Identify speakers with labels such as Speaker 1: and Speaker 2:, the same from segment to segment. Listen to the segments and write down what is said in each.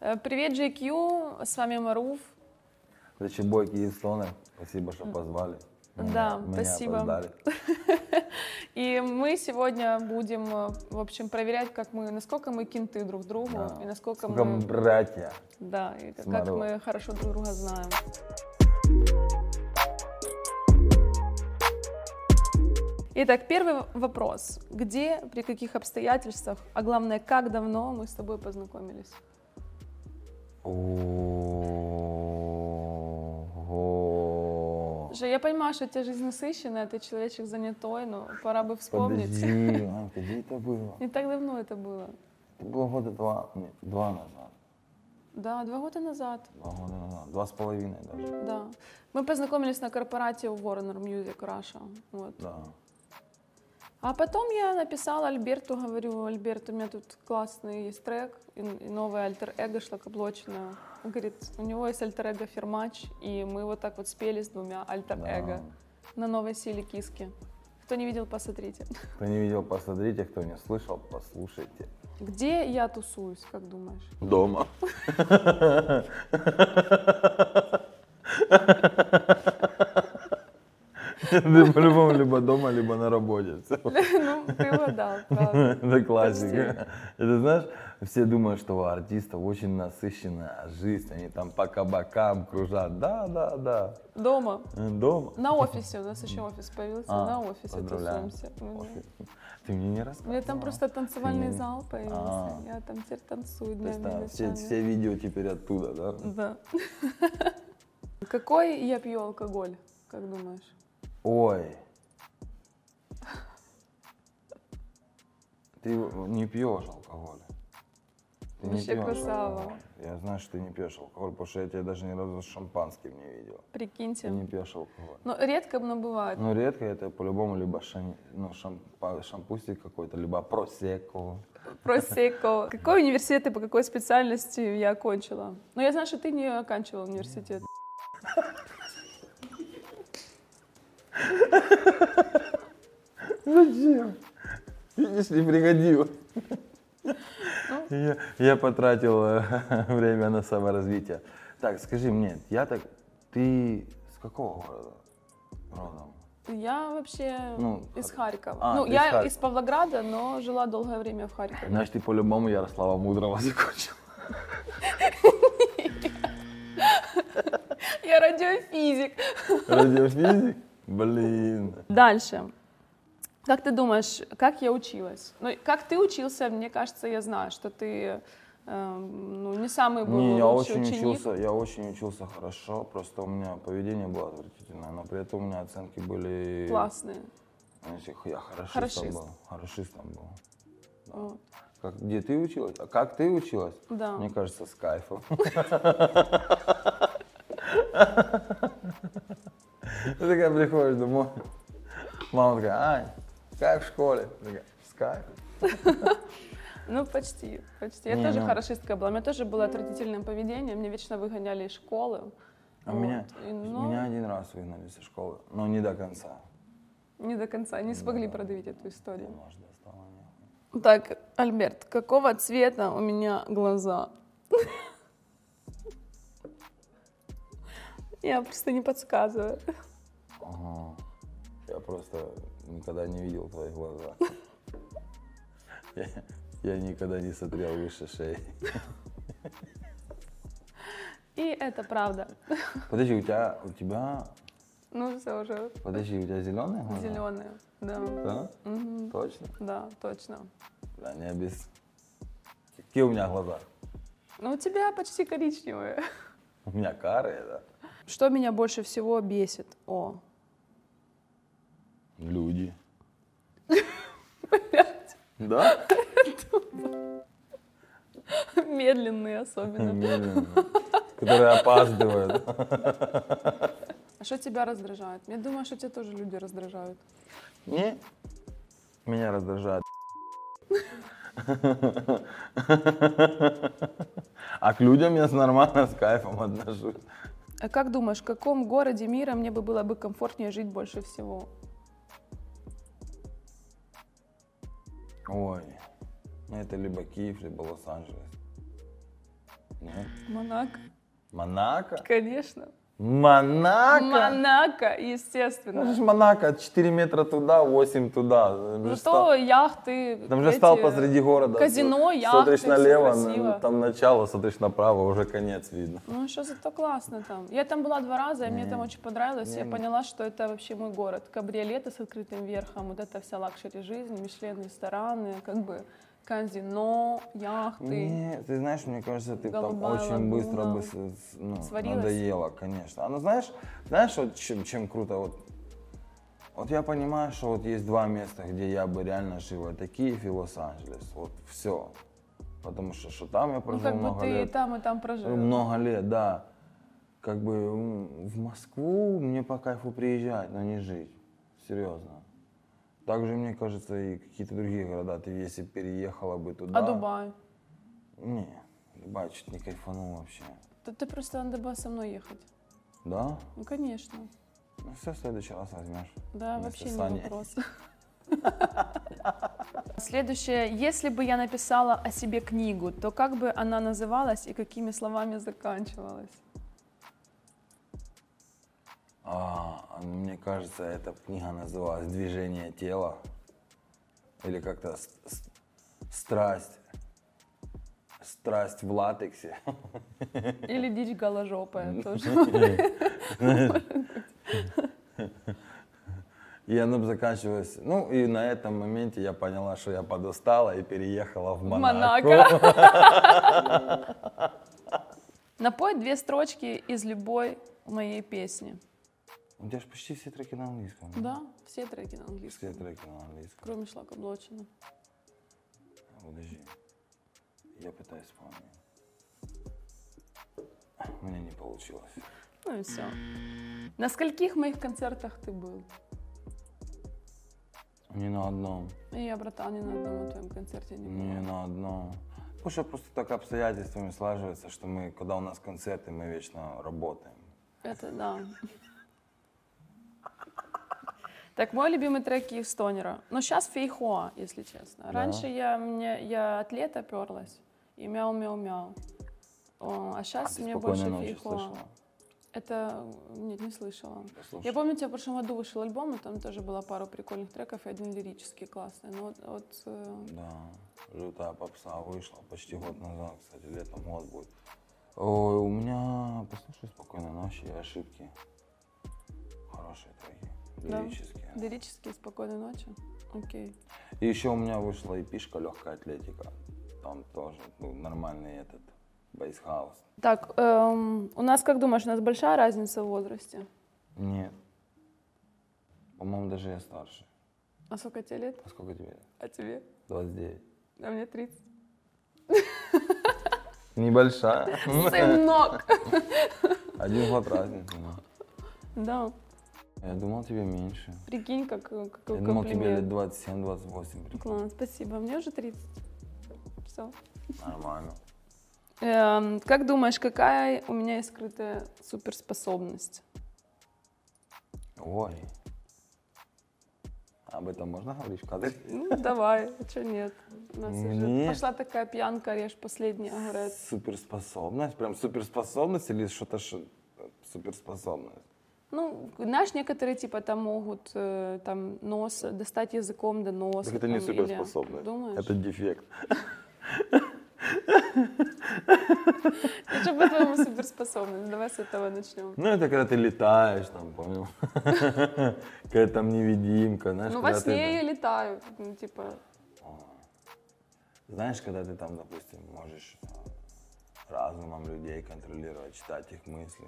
Speaker 1: Э, Привет, JQ, с вами Маруф.
Speaker 2: Короче, бойкие слоны. Спасибо, что позвали.
Speaker 1: Да,
Speaker 2: Меня
Speaker 1: спасибо.
Speaker 2: опоздали.
Speaker 1: И мы сегодня будем, э, в общем, проверять, как мы, насколько мы кинты друг другу,
Speaker 2: Да.
Speaker 1: и насколько
Speaker 2: Сука,
Speaker 1: мы,
Speaker 2: братья.
Speaker 1: да, и как
Speaker 2: Здорово.
Speaker 1: мы хорошо друг друга знаем. Итак, первый вопрос. Где, при каких обстоятельствах, а главное, как давно мы с тобой познакомились?
Speaker 2: Ого.
Speaker 1: Слушай, я понимаю, что у тебя жизнь насыщенная, ты человечек занятой, но пора бы вспомнить.
Speaker 2: Подожди, Анка, где это было?
Speaker 1: Не так давно это было.
Speaker 2: Это было года два, нет, два назад.
Speaker 1: Да, два года назад,
Speaker 2: Два года назад. Два с половиной даже.
Speaker 1: да. Мы познакомились на корпорате у Warner Music Russia. Вот.
Speaker 2: Да.
Speaker 1: А потом я написала Альберту, говорю, Альберт, у меня тут классный есть трек, и, и новое альтер-эго шлакоблочное. Он говорит, у него есть альтер-эго Фермач, и мы вот так вот спели с двумя альтер-эго
Speaker 2: да.
Speaker 1: на новой силе киски. Кто не видел, посмотрите.
Speaker 2: Кто не видел, посмотрите, кто не слышал, послушайте.
Speaker 1: Где я тусуюсь, как думаешь?
Speaker 2: Дома. Ты по-любому либо дома, либо на работе. Всё.
Speaker 1: Ну, ты угадал, правда.
Speaker 2: Это классика. Это знаешь, все думают, что у артистов очень насыщенная жизнь. Они там по кабакам кружат. Да, да, да.
Speaker 1: Дома.
Speaker 2: Дома.
Speaker 1: На офисе, у нас еще офис появился,
Speaker 2: А,
Speaker 1: на офисе
Speaker 2: поздравляю.
Speaker 1: тусуемся. Ну да.
Speaker 2: Офис. Ты мне не Ну,
Speaker 1: У меня
Speaker 2: рассказывала.
Speaker 1: Ну, там просто танцевальный
Speaker 2: Офигенно.
Speaker 1: зал появился,
Speaker 2: А.
Speaker 1: я там теперь танцую
Speaker 2: То
Speaker 1: днями
Speaker 2: есть,
Speaker 1: и
Speaker 2: да, все,
Speaker 1: ночами.
Speaker 2: все видео теперь оттуда, да?
Speaker 1: Да. Какой я пью алкоголь, как думаешь?
Speaker 2: Ой. Ты не пьешь алкоголь. Ты не
Speaker 1: Вообще
Speaker 2: пьешь
Speaker 1: красава.
Speaker 2: алкоголь. Я знаю, что ты не пьешь алкоголь, потому что я тебя даже ни разу с шампанским не видел. Ты
Speaker 1: Прикиньте.
Speaker 2: не пьешь алкоголь.
Speaker 1: Ну, редко, но бывает.
Speaker 2: Ну, редко это по-любому либо шам- ну, шампа- шампустик какой-то, либо просекко.
Speaker 1: Просеко. Какой университет и по какой специальности я окончила? Ну, я знаю, что ты не оканчивал университет.
Speaker 2: Зачем? Видишь, не пригодилось.
Speaker 1: Ну.
Speaker 2: Я, я потратил э, время на саморазвитие. Так, скажи мне, я так... Ты с какого города родом?
Speaker 1: Я вообще
Speaker 2: Ну,
Speaker 1: из
Speaker 2: Хар-
Speaker 1: Харькова.
Speaker 2: А,
Speaker 1: ну,
Speaker 2: ты из
Speaker 1: я
Speaker 2: Харькова.
Speaker 1: из Павлограда, но жила долгое время в Харькове.
Speaker 2: Значит, ты по-любому Ярослава Мудрого закончил.
Speaker 1: Я радиофизик.
Speaker 2: Радиофизик? Блин.
Speaker 1: Дальше. Как ты думаешь, как я училась? Ну, как ты учился, мне кажется, я знаю, что ты эм, ну, не самый был
Speaker 2: Не, я
Speaker 1: лучший
Speaker 2: очень
Speaker 1: ученик.
Speaker 2: учился, я очень учился хорошо, просто у меня поведение было отвратительное, но при этом у меня оценки были...
Speaker 1: Классный.
Speaker 2: Значит, я хорошистом
Speaker 1: Хорошист.
Speaker 2: был. Хорошистом был.
Speaker 1: Вот.
Speaker 2: Как, где ты училась? А как ты училась?
Speaker 1: Да.
Speaker 2: Мне кажется, с кайфом. Ты такая приходишь домой. Мама такая, Ань, кайф в школе. Ты такая, с кайфом.
Speaker 1: Ну, почти, почти. Я
Speaker 2: Не,
Speaker 1: тоже
Speaker 2: ну.
Speaker 1: хорошистка была. У меня тоже было отвратительное поведение. Меня вечно выгоняли из школы.
Speaker 2: А
Speaker 1: Вот.
Speaker 2: меня,
Speaker 1: И, ну,
Speaker 2: меня один раз выгнали со школы, но не до конца.
Speaker 1: не до конца, не смогли продавить эту
Speaker 2: Я,
Speaker 1: историю.
Speaker 2: может, достала, нахуй.
Speaker 1: Так, Альберт, какого цвета у меня глаза? Я просто не подсказываю.
Speaker 2: Ага. Я просто никогда не видел твои глаза. Я, я никогда не смотрел выше шеи.
Speaker 1: И это правда.
Speaker 2: Подожди, у тебя, у тебя,
Speaker 1: Ну, все уже
Speaker 2: подожди, у тебя зеленые глаза?
Speaker 1: зеленые. Да.
Speaker 2: Да?
Speaker 1: Мгм.
Speaker 2: Точно?
Speaker 1: Да, точно.
Speaker 2: Да, не обез... Какие у меня глаза?
Speaker 1: Ну, у тебя почти коричневые.
Speaker 2: У меня карые, да?
Speaker 1: Что меня больше всего бесит? О.
Speaker 2: Люди. Да?
Speaker 1: Медленные особенно.
Speaker 2: Медленно. Которые опаздывают.
Speaker 1: А что тебя раздражает? Я думаю, что тебя тоже люди раздражают.
Speaker 2: Не? Меня раздражает. А к людям я с нормально с кайфом отношусь.
Speaker 1: А как думаешь, в каком городе мира мне бы было бы комфортнее жить больше всего?
Speaker 2: Ой, ну это либо Киев, либо Лос-Анджелес. Нет?
Speaker 1: Монако.
Speaker 2: Монако?
Speaker 1: Конечно.
Speaker 2: Монако?
Speaker 1: Монако,
Speaker 2: Ну, это
Speaker 1: естественно.
Speaker 2: ж Монако, 4 метра туда, 8 туда. Там же,
Speaker 1: Зато яхты.
Speaker 2: стал, там же
Speaker 1: Ну, эти-
Speaker 2: стал посреди города.
Speaker 1: казино, яхты,
Speaker 2: Смотришь
Speaker 1: всё
Speaker 2: налево,
Speaker 1: красиво.
Speaker 2: н- там начало, смотришь направо, уже конец видно.
Speaker 1: Ну, еще зато классно там. Я там была два раза, и мне там
Speaker 2: Мгм.
Speaker 1: очень понравилось. Я
Speaker 2: Мгм.
Speaker 1: поняла, что это вообще мой город. Кабриолеты с открытым верхом, вот эта вся лакшери жизнь, Мишлен рестораны, как бы казино, яхты.
Speaker 2: Не, ты знаешь, мне кажется, ты там
Speaker 1: Голубая
Speaker 2: очень быстро
Speaker 1: лагуна.
Speaker 2: бы с- с- ну,
Speaker 1: Сварилась?
Speaker 2: надоело, конечно. А ну знаешь, знаешь, вот чем, чем круто, вот, вот я понимаю, что вот есть два места, где я бы реально жил, это Киев и Лос-Анджелес, вот все. Потому что, что там я
Speaker 1: Ну,
Speaker 2: прожил
Speaker 1: как бы
Speaker 2: много
Speaker 1: ты и
Speaker 2: лет. Ну,
Speaker 1: там, и там прожил.
Speaker 2: Э, Много лет, да. Как бы м, в Москву мне по кайфу приезжать, но не жить. Серьезно. Также, мне кажется, и какие-то другие города. Ты если переехала бы туда.
Speaker 1: А Дубай?
Speaker 2: Не, Дубай чуть не кайфанул вообще.
Speaker 1: Да ты просто надо было со мной ехать.
Speaker 2: Да?
Speaker 1: Ну, конечно.
Speaker 2: Ну все, в следующий раз возьмешь.
Speaker 1: Да,
Speaker 2: Вместо
Speaker 1: вообще не
Speaker 2: Сани.
Speaker 1: вопрос. Следующее. Если бы я написала о себе книгу, то как бы она называлась и какими словами заканчивалась?
Speaker 2: А, а мне кажется, эта книга называлась «Движение тела». Или как-то с- с- «Страсть». «Страсть в латексе».
Speaker 1: Или дичь голожопая тоже.
Speaker 2: И оно бы заканчивалось. Ну, и на этом моменте я поняла, что я подустала и переехала в
Speaker 1: В
Speaker 2: Монако.
Speaker 1: Монако. Напой две строчки из любой моей песни.
Speaker 2: У тебя же почти все треки на английском.
Speaker 1: Да, все треки на
Speaker 2: Все
Speaker 1: английском.
Speaker 2: треки на английском.
Speaker 1: Кроме шлакоблочина.
Speaker 2: Подожди. Я пытаюсь вспомнить. У меня не получилось.
Speaker 1: Ну и все. На скольких моих концертах ты был?
Speaker 2: Ни на одном.
Speaker 1: И я, братан, ни на одном твоем концерте не
Speaker 2: Ни
Speaker 1: был.
Speaker 2: на одном. Потому что просто так обстоятельствами слаживается, что мы, когда у нас концерты, мы вечно работаем.
Speaker 1: Это да. Так, мой любимый трек Киевстонера. Но сейчас фейхоа, если честно.
Speaker 2: Да.
Speaker 1: Раньше я, мне, я от лета перлась и мяу-мяу-мяу. О, А сейчас
Speaker 2: Ты
Speaker 1: мне
Speaker 2: «Спокойной
Speaker 1: больше
Speaker 2: ночи»
Speaker 1: фейхоа.
Speaker 2: слышала?
Speaker 1: Это нет, не слышала.
Speaker 2: Послушай.
Speaker 1: Я помню, у тебя в прошлом году вышел альбом, и там тоже было пару прикольных треков и один лирический классный. Ну вот, вот, э,
Speaker 2: Да, «Лютая попса» вышла почти год назад, кстати, летом год будет. Ой, у меня, послушай, «Спокойной ночи» и «Ошибки». Хорошие треки,
Speaker 1: Да.
Speaker 2: лирические.
Speaker 1: лирический спокойной ночи. Окей.
Speaker 2: И еще у меня вышла и пишка легкая атлетика. Там тоже ну, нормальный этот бейсхаус.
Speaker 1: Так, эм, у нас как думаешь, у нас большая разница в возрасте?
Speaker 2: Нет. По-моему, даже я старше.
Speaker 1: А сколько тебе лет?
Speaker 2: А сколько тебе?
Speaker 1: А тебе?
Speaker 2: 29.
Speaker 1: А мне 30.
Speaker 2: Небольшая.
Speaker 1: Сынок!
Speaker 2: Один год разница. ну.
Speaker 1: Да,
Speaker 2: Я думал, тебе меньше.
Speaker 1: прикинь, как, э,
Speaker 2: Я
Speaker 1: какой
Speaker 2: думал, тебе лет
Speaker 1: комплимент.
Speaker 2: 27-28. прикинь.
Speaker 1: Класс, спасибо. Мне уже 30. Все.
Speaker 2: Нормально.
Speaker 1: Эм, как думаешь, какая у меня есть скрытая суперспособность?
Speaker 2: Ой. Об этом можно говорить в кадре?
Speaker 1: Ну, давай, а что нет? У нас уже
Speaker 2: Мне-
Speaker 1: пошла такая пьянка, режь последняя, говорят.
Speaker 2: Суперспособность? Прям суперспособность или что-то ш- суперспособность?
Speaker 1: Ну, знаешь, некоторые типа там могут э, там нос достать языком до носа.
Speaker 2: Так это не
Speaker 1: там, или-
Speaker 2: суперспособность.
Speaker 1: Думаешь?
Speaker 2: Это дефект.
Speaker 1: Ну, что по-твоему суперспособность? Давай с этого начнем.
Speaker 2: Ну, это когда ты летаешь, там, понял? Когда там невидимка, знаешь,
Speaker 1: Ну, во
Speaker 2: когда ты...
Speaker 1: сне я летаю, ну, типа,
Speaker 2: Знаешь, когда ты там, допустим, можешь а, разумом людей контролировать, читать их мысли.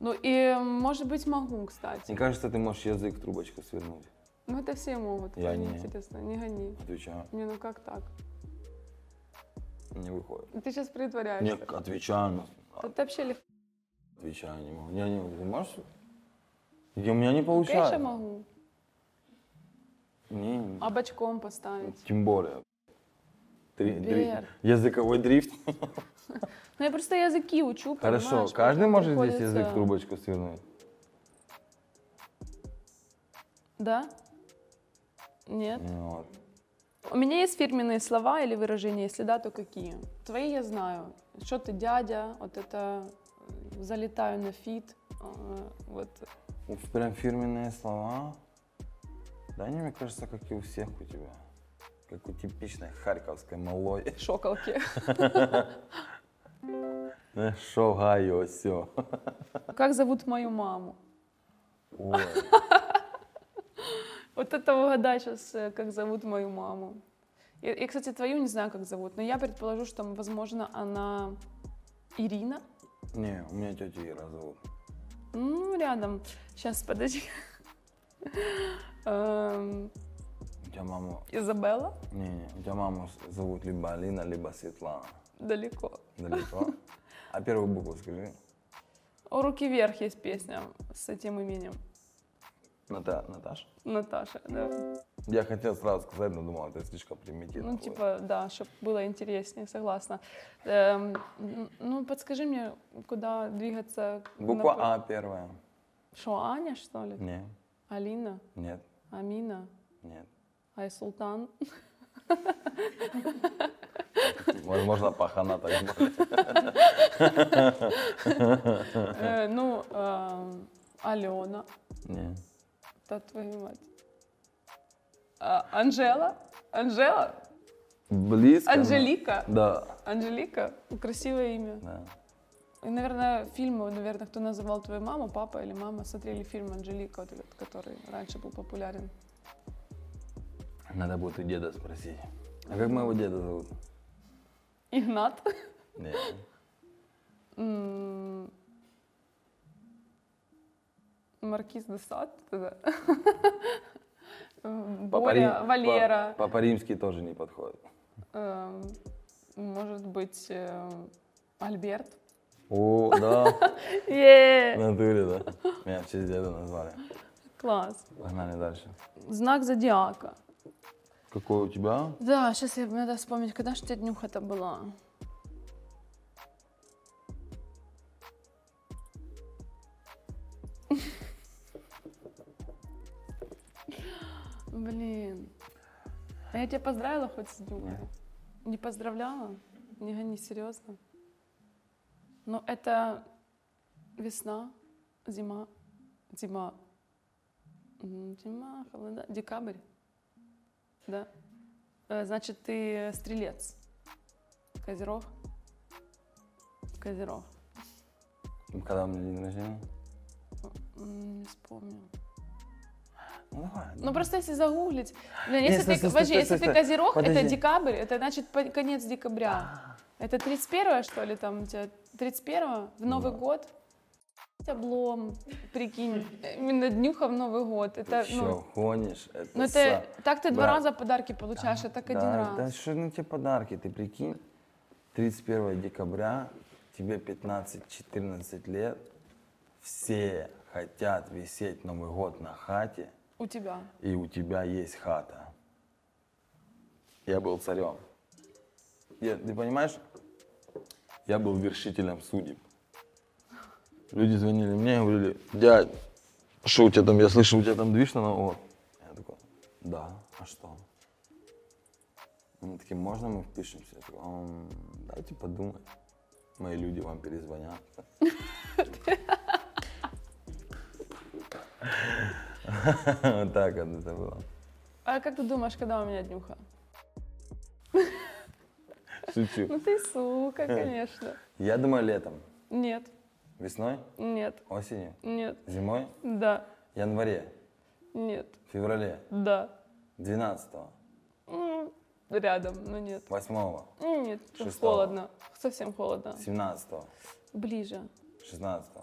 Speaker 1: Ну и, может быть, могу,
Speaker 2: Мне
Speaker 1: кстати.
Speaker 2: кажется, ты можешь язык в трубочку свернуть.
Speaker 1: Ну это все могут.
Speaker 2: Я
Speaker 1: Мне
Speaker 2: не.
Speaker 1: Интересно, не гони.
Speaker 2: Отвечаю,
Speaker 1: Не, ну как так?
Speaker 2: не выходит.
Speaker 1: Ты сейчас
Speaker 2: Не,
Speaker 1: притворяешься.
Speaker 2: отвечаю, ну,
Speaker 1: Тут вообще легко.
Speaker 2: отвечаю, не могу. Я не могу. Ты можешь? Я- У меня не
Speaker 1: Конечно,
Speaker 2: получается.
Speaker 1: могу.
Speaker 2: Не,
Speaker 1: А бочком поставить.
Speaker 2: тем более. Три- дри-
Speaker 1: Вер.
Speaker 2: Языковой дрифт.
Speaker 1: Ну я просто языки учу,
Speaker 2: Хорошо,
Speaker 1: понимаешь,
Speaker 2: каждый
Speaker 1: поэтому
Speaker 2: может здесь
Speaker 1: приходится-
Speaker 2: язык в трубочку свернуть.
Speaker 1: Да? Нет?
Speaker 2: Ну, вот.
Speaker 1: У меня есть фирменные слова или выражения, если да, то какие? Твои я знаю. Что ты, дядя? Вот это э, залетаю на фит. э, Вот.
Speaker 2: Уф, Прям фирменные слова. Да они, мне кажется, как и у всех у тебя. Как у типичной харьковской малой.
Speaker 1: Шоколки.
Speaker 2: Шогаю, все.
Speaker 1: Как зовут мою маму?
Speaker 2: Ой,
Speaker 1: Вот это угадай сейчас, э, как зовут мою маму. Я, я, кстати, твою не знаю, как зовут, но я предположу, что, возможно, она Ирина.
Speaker 2: не, у меня тетя Ира зовут.
Speaker 1: Ну, рядом. Сейчас, подожди. Эм,
Speaker 2: У тебя маму...
Speaker 1: Изабелла?
Speaker 2: Не, не, у тебя маму с- зовут либо Алина, либо Светлана.
Speaker 1: Далеко.
Speaker 2: Далеко. А первую букву скажи.
Speaker 1: «О, руки вверх есть песня с этим именем.
Speaker 2: Ната... Наташа?
Speaker 1: Наташа, да.
Speaker 2: Я хотел сразу сказать, но думал, это слишком примитивно.
Speaker 1: Ну,
Speaker 2: будет.
Speaker 1: типа, да, чтобы было интереснее, согласна. Эм, н- ну, подскажи мне, куда двигаться?
Speaker 2: Буква
Speaker 1: ну,
Speaker 2: А первая.
Speaker 1: Что, Аня, что ли?
Speaker 2: Не,
Speaker 1: Алина?
Speaker 2: нет,
Speaker 1: Амина?
Speaker 2: нет.
Speaker 1: Айсултан?
Speaker 2: Возможно, пахана так будет.
Speaker 1: Э, ну, эм, Алена,
Speaker 2: Не.
Speaker 1: та твою мать. А, Анжела? Анжела?
Speaker 2: Близко. но-
Speaker 1: Анжелика?
Speaker 2: Да.
Speaker 1: Анжелика? Красивое имя.
Speaker 2: да.
Speaker 1: И, наверное, фильмы, наверное, кто называл твою маму, папа или мама, смотрели фильм «Анжелика», вот этот, который раньше был популярен.
Speaker 2: Надо будет у деда спросить. А как моего деда зовут?
Speaker 1: Игнат. М-м,
Speaker 2: Не.
Speaker 1: М, Маркиз де Сад. да. М,
Speaker 2: Папа
Speaker 1: Боря,
Speaker 2: Рим-
Speaker 1: Валера.
Speaker 2: па- Папа римский тоже не подходит.
Speaker 1: эм, Может быть, эм, Альберт.
Speaker 2: О, да, в
Speaker 1: Е,
Speaker 2: натуре, да. Меня в честь деда назвали.
Speaker 1: Класс.
Speaker 2: Погнали дальше.
Speaker 1: Знак зодиака.
Speaker 2: Какой у тебя?
Speaker 1: Да, сейчас я надо вспомнить, когда же у тебя днюха-то была? Блин. А я тебя поздравила хоть с днюхой?
Speaker 2: Нет.
Speaker 1: Не поздравляла? Не гони, серьезно. Ну, это весна, зима, зима, м, зима, холода, декабрь, да. Э, Значит, ты стрелец. Козерог. Козерог.
Speaker 2: Когда у меня день рождения?
Speaker 1: М, Не вспомню.
Speaker 2: Ну давай.
Speaker 1: Ну просто если загуглить. Блин,
Speaker 2: Не,
Speaker 1: если
Speaker 2: стой,
Speaker 1: ты,
Speaker 2: стой, стой,
Speaker 1: подожди,
Speaker 2: стой,
Speaker 1: если
Speaker 2: стой,
Speaker 1: ты
Speaker 2: стой.
Speaker 1: козерог, это
Speaker 2: Подожди. А.
Speaker 1: декабрь, это значит по- конец декабря. Это 31 что ли, там у тебя 31 в Новый
Speaker 2: Ну Да.
Speaker 1: год. Облом, прикинь, именно днюха в Новый год. Это,
Speaker 2: ты
Speaker 1: ну,
Speaker 2: чё, гонишь? Это
Speaker 1: ну
Speaker 2: са-
Speaker 1: это, так ты два
Speaker 2: Да.
Speaker 1: раза подарки получаешь, а так один
Speaker 2: да,
Speaker 1: раз.
Speaker 2: Да что на тебе подарки, ты прикинь, 31 декабря, тебе 15-14 лет, все хотят висеть Новый год на хате,
Speaker 1: У тебя.
Speaker 2: и у тебя есть хата. Я был царем. Я- ты понимаешь? Я был вершителем судеб. Люди звонили мне и говорили, дядь, что у тебя там, я слышу, у тебя там движ на Новый год». Я такой, да, а что? Они такие, можно мы впишемся? Я такой, «Ам, давайте подумать. Мои люди вам перезвонят. Вот так вот это было.
Speaker 1: А как ты думаешь, когда у меня днюха?
Speaker 2: Шучу.
Speaker 1: Ну ты сука,
Speaker 2: Э.
Speaker 1: конечно.
Speaker 2: Я думаю, летом.
Speaker 1: Нет,
Speaker 2: Весной,
Speaker 1: нет,
Speaker 2: осенью,
Speaker 1: нет,
Speaker 2: зимой,
Speaker 1: да,
Speaker 2: январе,
Speaker 1: нет,
Speaker 2: феврале,
Speaker 1: да.
Speaker 2: 12,
Speaker 1: М, Рядом, но нет.
Speaker 2: 8,
Speaker 1: М, Нет, тут
Speaker 2: Шестого.
Speaker 1: холодно. Совсем холодно.
Speaker 2: 17,
Speaker 1: Ближе.
Speaker 2: 16,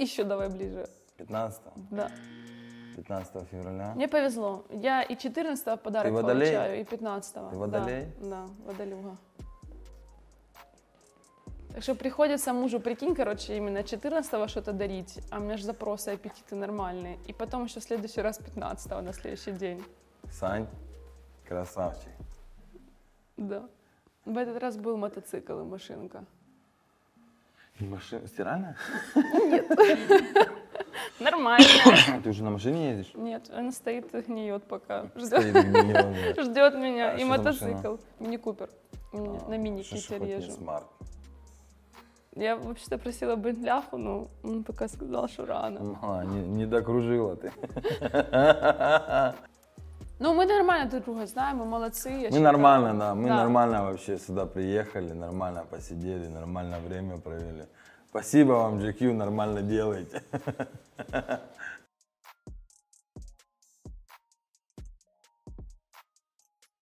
Speaker 1: Еще давай ближе.
Speaker 2: 15,
Speaker 1: Да.
Speaker 2: 15 февраля.
Speaker 1: Мне повезло. Я и 14 подарок
Speaker 2: Ты водолей?
Speaker 1: получаю, и 15.
Speaker 2: Ты водолей?
Speaker 1: Да, да, водолюга. Так что приходится мужу, прикинь, короче, именно 14 что-то дарить, а у меня же запросы, аппетиты нормальные. И потом еще в следующий раз 15 на следующий день.
Speaker 2: Сань, красавчик.
Speaker 1: Да. В этот раз был мотоцикл и машинка.
Speaker 2: Машина стиральная?
Speaker 1: Нормально.
Speaker 2: Ты уже на машине ездишь?
Speaker 1: Нет, она стоит и гниет пока.
Speaker 2: Стоит,
Speaker 1: Ждет,
Speaker 2: гниет, блядь.
Speaker 1: ждет меня.
Speaker 2: А
Speaker 1: и
Speaker 2: что за машина?
Speaker 1: мотоцикл. Мини-купер. Мини- На
Speaker 2: А, что ж
Speaker 1: мини-ките
Speaker 2: хоть не
Speaker 1: езжу.
Speaker 2: смарт.
Speaker 1: Я вообще-то просила бентляху, но он пока сказал, что рано.
Speaker 2: Мала, не, не докружила ты.
Speaker 1: Ну, ми нормально друг друга знаємо, молодці. Я
Speaker 2: Мы
Speaker 1: считаю.
Speaker 2: нормально, да, мы нормально вообще сюда приехали, нормально посидели, нормально время провели. Спасибо вам, GQ, нормально делаете.